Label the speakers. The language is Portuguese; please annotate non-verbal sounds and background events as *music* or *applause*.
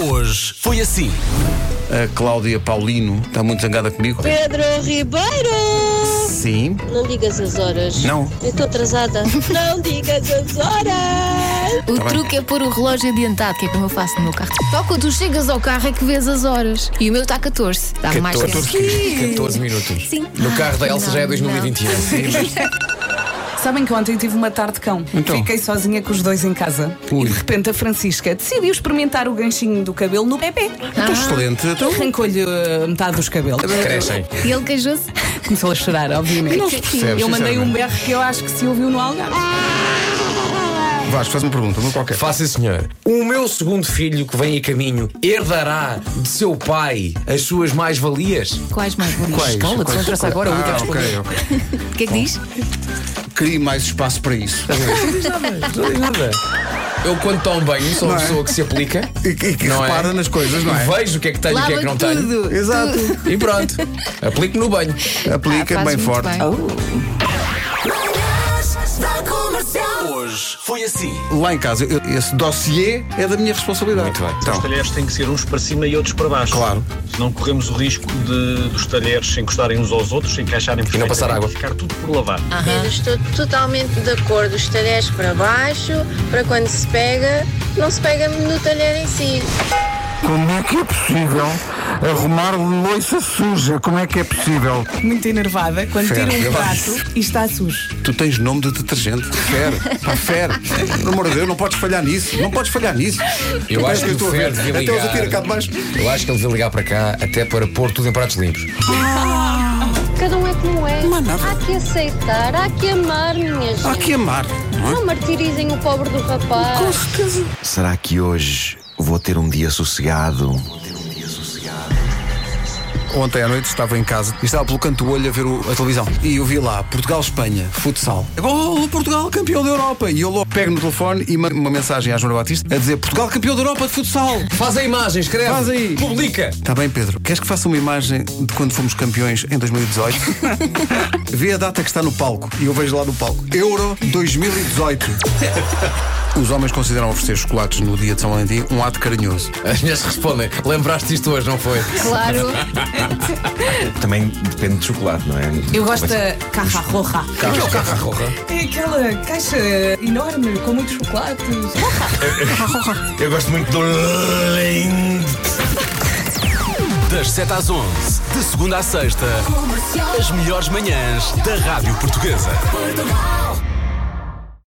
Speaker 1: hoje foi assim. A Cláudia Paulino está muito zangada comigo.
Speaker 2: Pedro Ribeiro!
Speaker 1: Sim.
Speaker 2: Não digas as horas.
Speaker 1: Não.
Speaker 2: Eu estou atrasada. Não digas as horas!
Speaker 3: O
Speaker 1: Tá bem.
Speaker 3: truque é pôr o relógio adiantado, que é como eu faço no meu carro. Só quando tu chegas ao carro é que vês as horas. E o meu está 14. Dá mais
Speaker 4: 14,
Speaker 3: tempo.
Speaker 4: 14 minutos.
Speaker 3: Sim.
Speaker 4: No carro da Elsa
Speaker 3: Não,
Speaker 4: já é
Speaker 3: não.
Speaker 4: 2021.
Speaker 3: *laughs*
Speaker 5: Sabem que ontem tive uma tarde cão.
Speaker 1: Então.
Speaker 5: Fiquei sozinha com os dois em casa.
Speaker 1: Ui.
Speaker 5: E de repente a Francisca decidiu experimentar o ganchinho do cabelo no bebê.
Speaker 3: Ah.
Speaker 1: Estou excelente. Então,
Speaker 5: Arrancou-lhe eh, metade dos cabelos.
Speaker 4: Crescem.
Speaker 3: E ele queijou-se.
Speaker 5: Começou a chorar, obviamente.
Speaker 1: Não se percebe,
Speaker 5: eu mandei um
Speaker 1: sinceramente.
Speaker 5: berro que eu acho que se ouviu no Algarve.
Speaker 1: Vasco, faz uma pergunta, uma qualquer.
Speaker 4: Faça, senhor. O meu segundo filho que vem a caminho herdará de seu pai as suas mais-valias?
Speaker 3: Quais mais bonitos?
Speaker 1: Quais?
Speaker 4: Escola,
Speaker 1: Quais?
Speaker 4: concentra-se agora, o que é
Speaker 1: Ah,
Speaker 4: que
Speaker 1: ok, ok.
Speaker 3: O que é que diz?
Speaker 1: Crie mais espaço para isso.
Speaker 4: Não diz nada. Eu, quando tomo banho, sou uma
Speaker 1: Não é?
Speaker 4: pessoa que se aplica,
Speaker 1: E, e que
Speaker 4: Não é?
Speaker 1: repara nas coisas, não é?
Speaker 4: vejo o que é que tenho e o que é que
Speaker 3: Lava
Speaker 4: não tenho.
Speaker 3: tudo.
Speaker 1: Exato.
Speaker 4: E pronto, aplico no banho.
Speaker 1: Aplica
Speaker 3: Ah,
Speaker 1: bem
Speaker 3: faz muito
Speaker 1: forte.
Speaker 3: bem.
Speaker 1: Hoje foi assim. Lá em casa, eu- esse dossiê é da minha responsabilidade.
Speaker 4: Muito bem.
Speaker 1: Então,
Speaker 6: Os talheres têm que ser uns para cima e outros para baixo.
Speaker 1: Claro.
Speaker 6: Senão corremos o risco de, dos talheres se encostarem uns aos outros, se encaixarem
Speaker 4: não passar
Speaker 6: perfeitamente
Speaker 4: água.
Speaker 6: e ficar tudo por lavar.
Speaker 7: Eu estou totalmente de acordo. Os talheres para baixo, para quando se pega, não se pega no talher em si.
Speaker 8: Como é que é possível arrumar louça suja? Como é que é possível?
Speaker 5: Muito enervada quando
Speaker 1: Fera,
Speaker 5: tira
Speaker 1: eu
Speaker 5: um prato e está sujo.
Speaker 1: tu tens nome de detergente. Fer. Pá, fer. Pelo amor de Deus, não podes falhar nisso. Não podes falhar nisso. Então, é
Speaker 4: Eu acho que o
Speaker 1: estou a ver.
Speaker 4: Fer devia
Speaker 1: Até os
Speaker 4: ligar.
Speaker 1: atira cá de baixo.
Speaker 4: Eu acho que ele devia ligar para cá até para pôr tudo em pratos limpos.
Speaker 9: Cada um é como é. Há que aceitar, há que amar, minha gente.
Speaker 1: Há que amar. não é?
Speaker 9: Não martirizem o pobre do rapaz.
Speaker 10: Será que hoje vou ter um dia sossegado?
Speaker 1: Ontem à noite estava em casa e estava pelo canto do olho a ver o- a televisão. E eu vi lá Portugal-Espanha, futsal. Gol, Portugal campeão da Europa. E eu logo pego no telefone e mando uma mensagem à Joana Batista a dizer: Portugal campeão da Europa de futsal.
Speaker 4: Faz a imagem, escreve.
Speaker 1: Faz aí.
Speaker 4: Publica.
Speaker 1: Está Tá bem, Pedro. Queres que faça uma imagem de quando fomos campeões em 2018? Vê a data que está no palco e eu vejo lá no palco. Euro 2018. Os homens consideram oferecer chocolates no dia de São Valentim um ato carinhoso.
Speaker 4: As mulheres respondem. Lembraste isto hoje, não foi?
Speaker 3: Claro.
Speaker 10: Também depende de chocolate, não é?
Speaker 5: Eu gosto da caja roja.
Speaker 4: O que é o carro à roja?
Speaker 5: É aquela caixa enorme com muitos chocolates.
Speaker 10: Eu gosto muito do.
Speaker 1: Das 7 às 11, de segunda à sexta, as melhores manhãs da Rádio Portuguesa.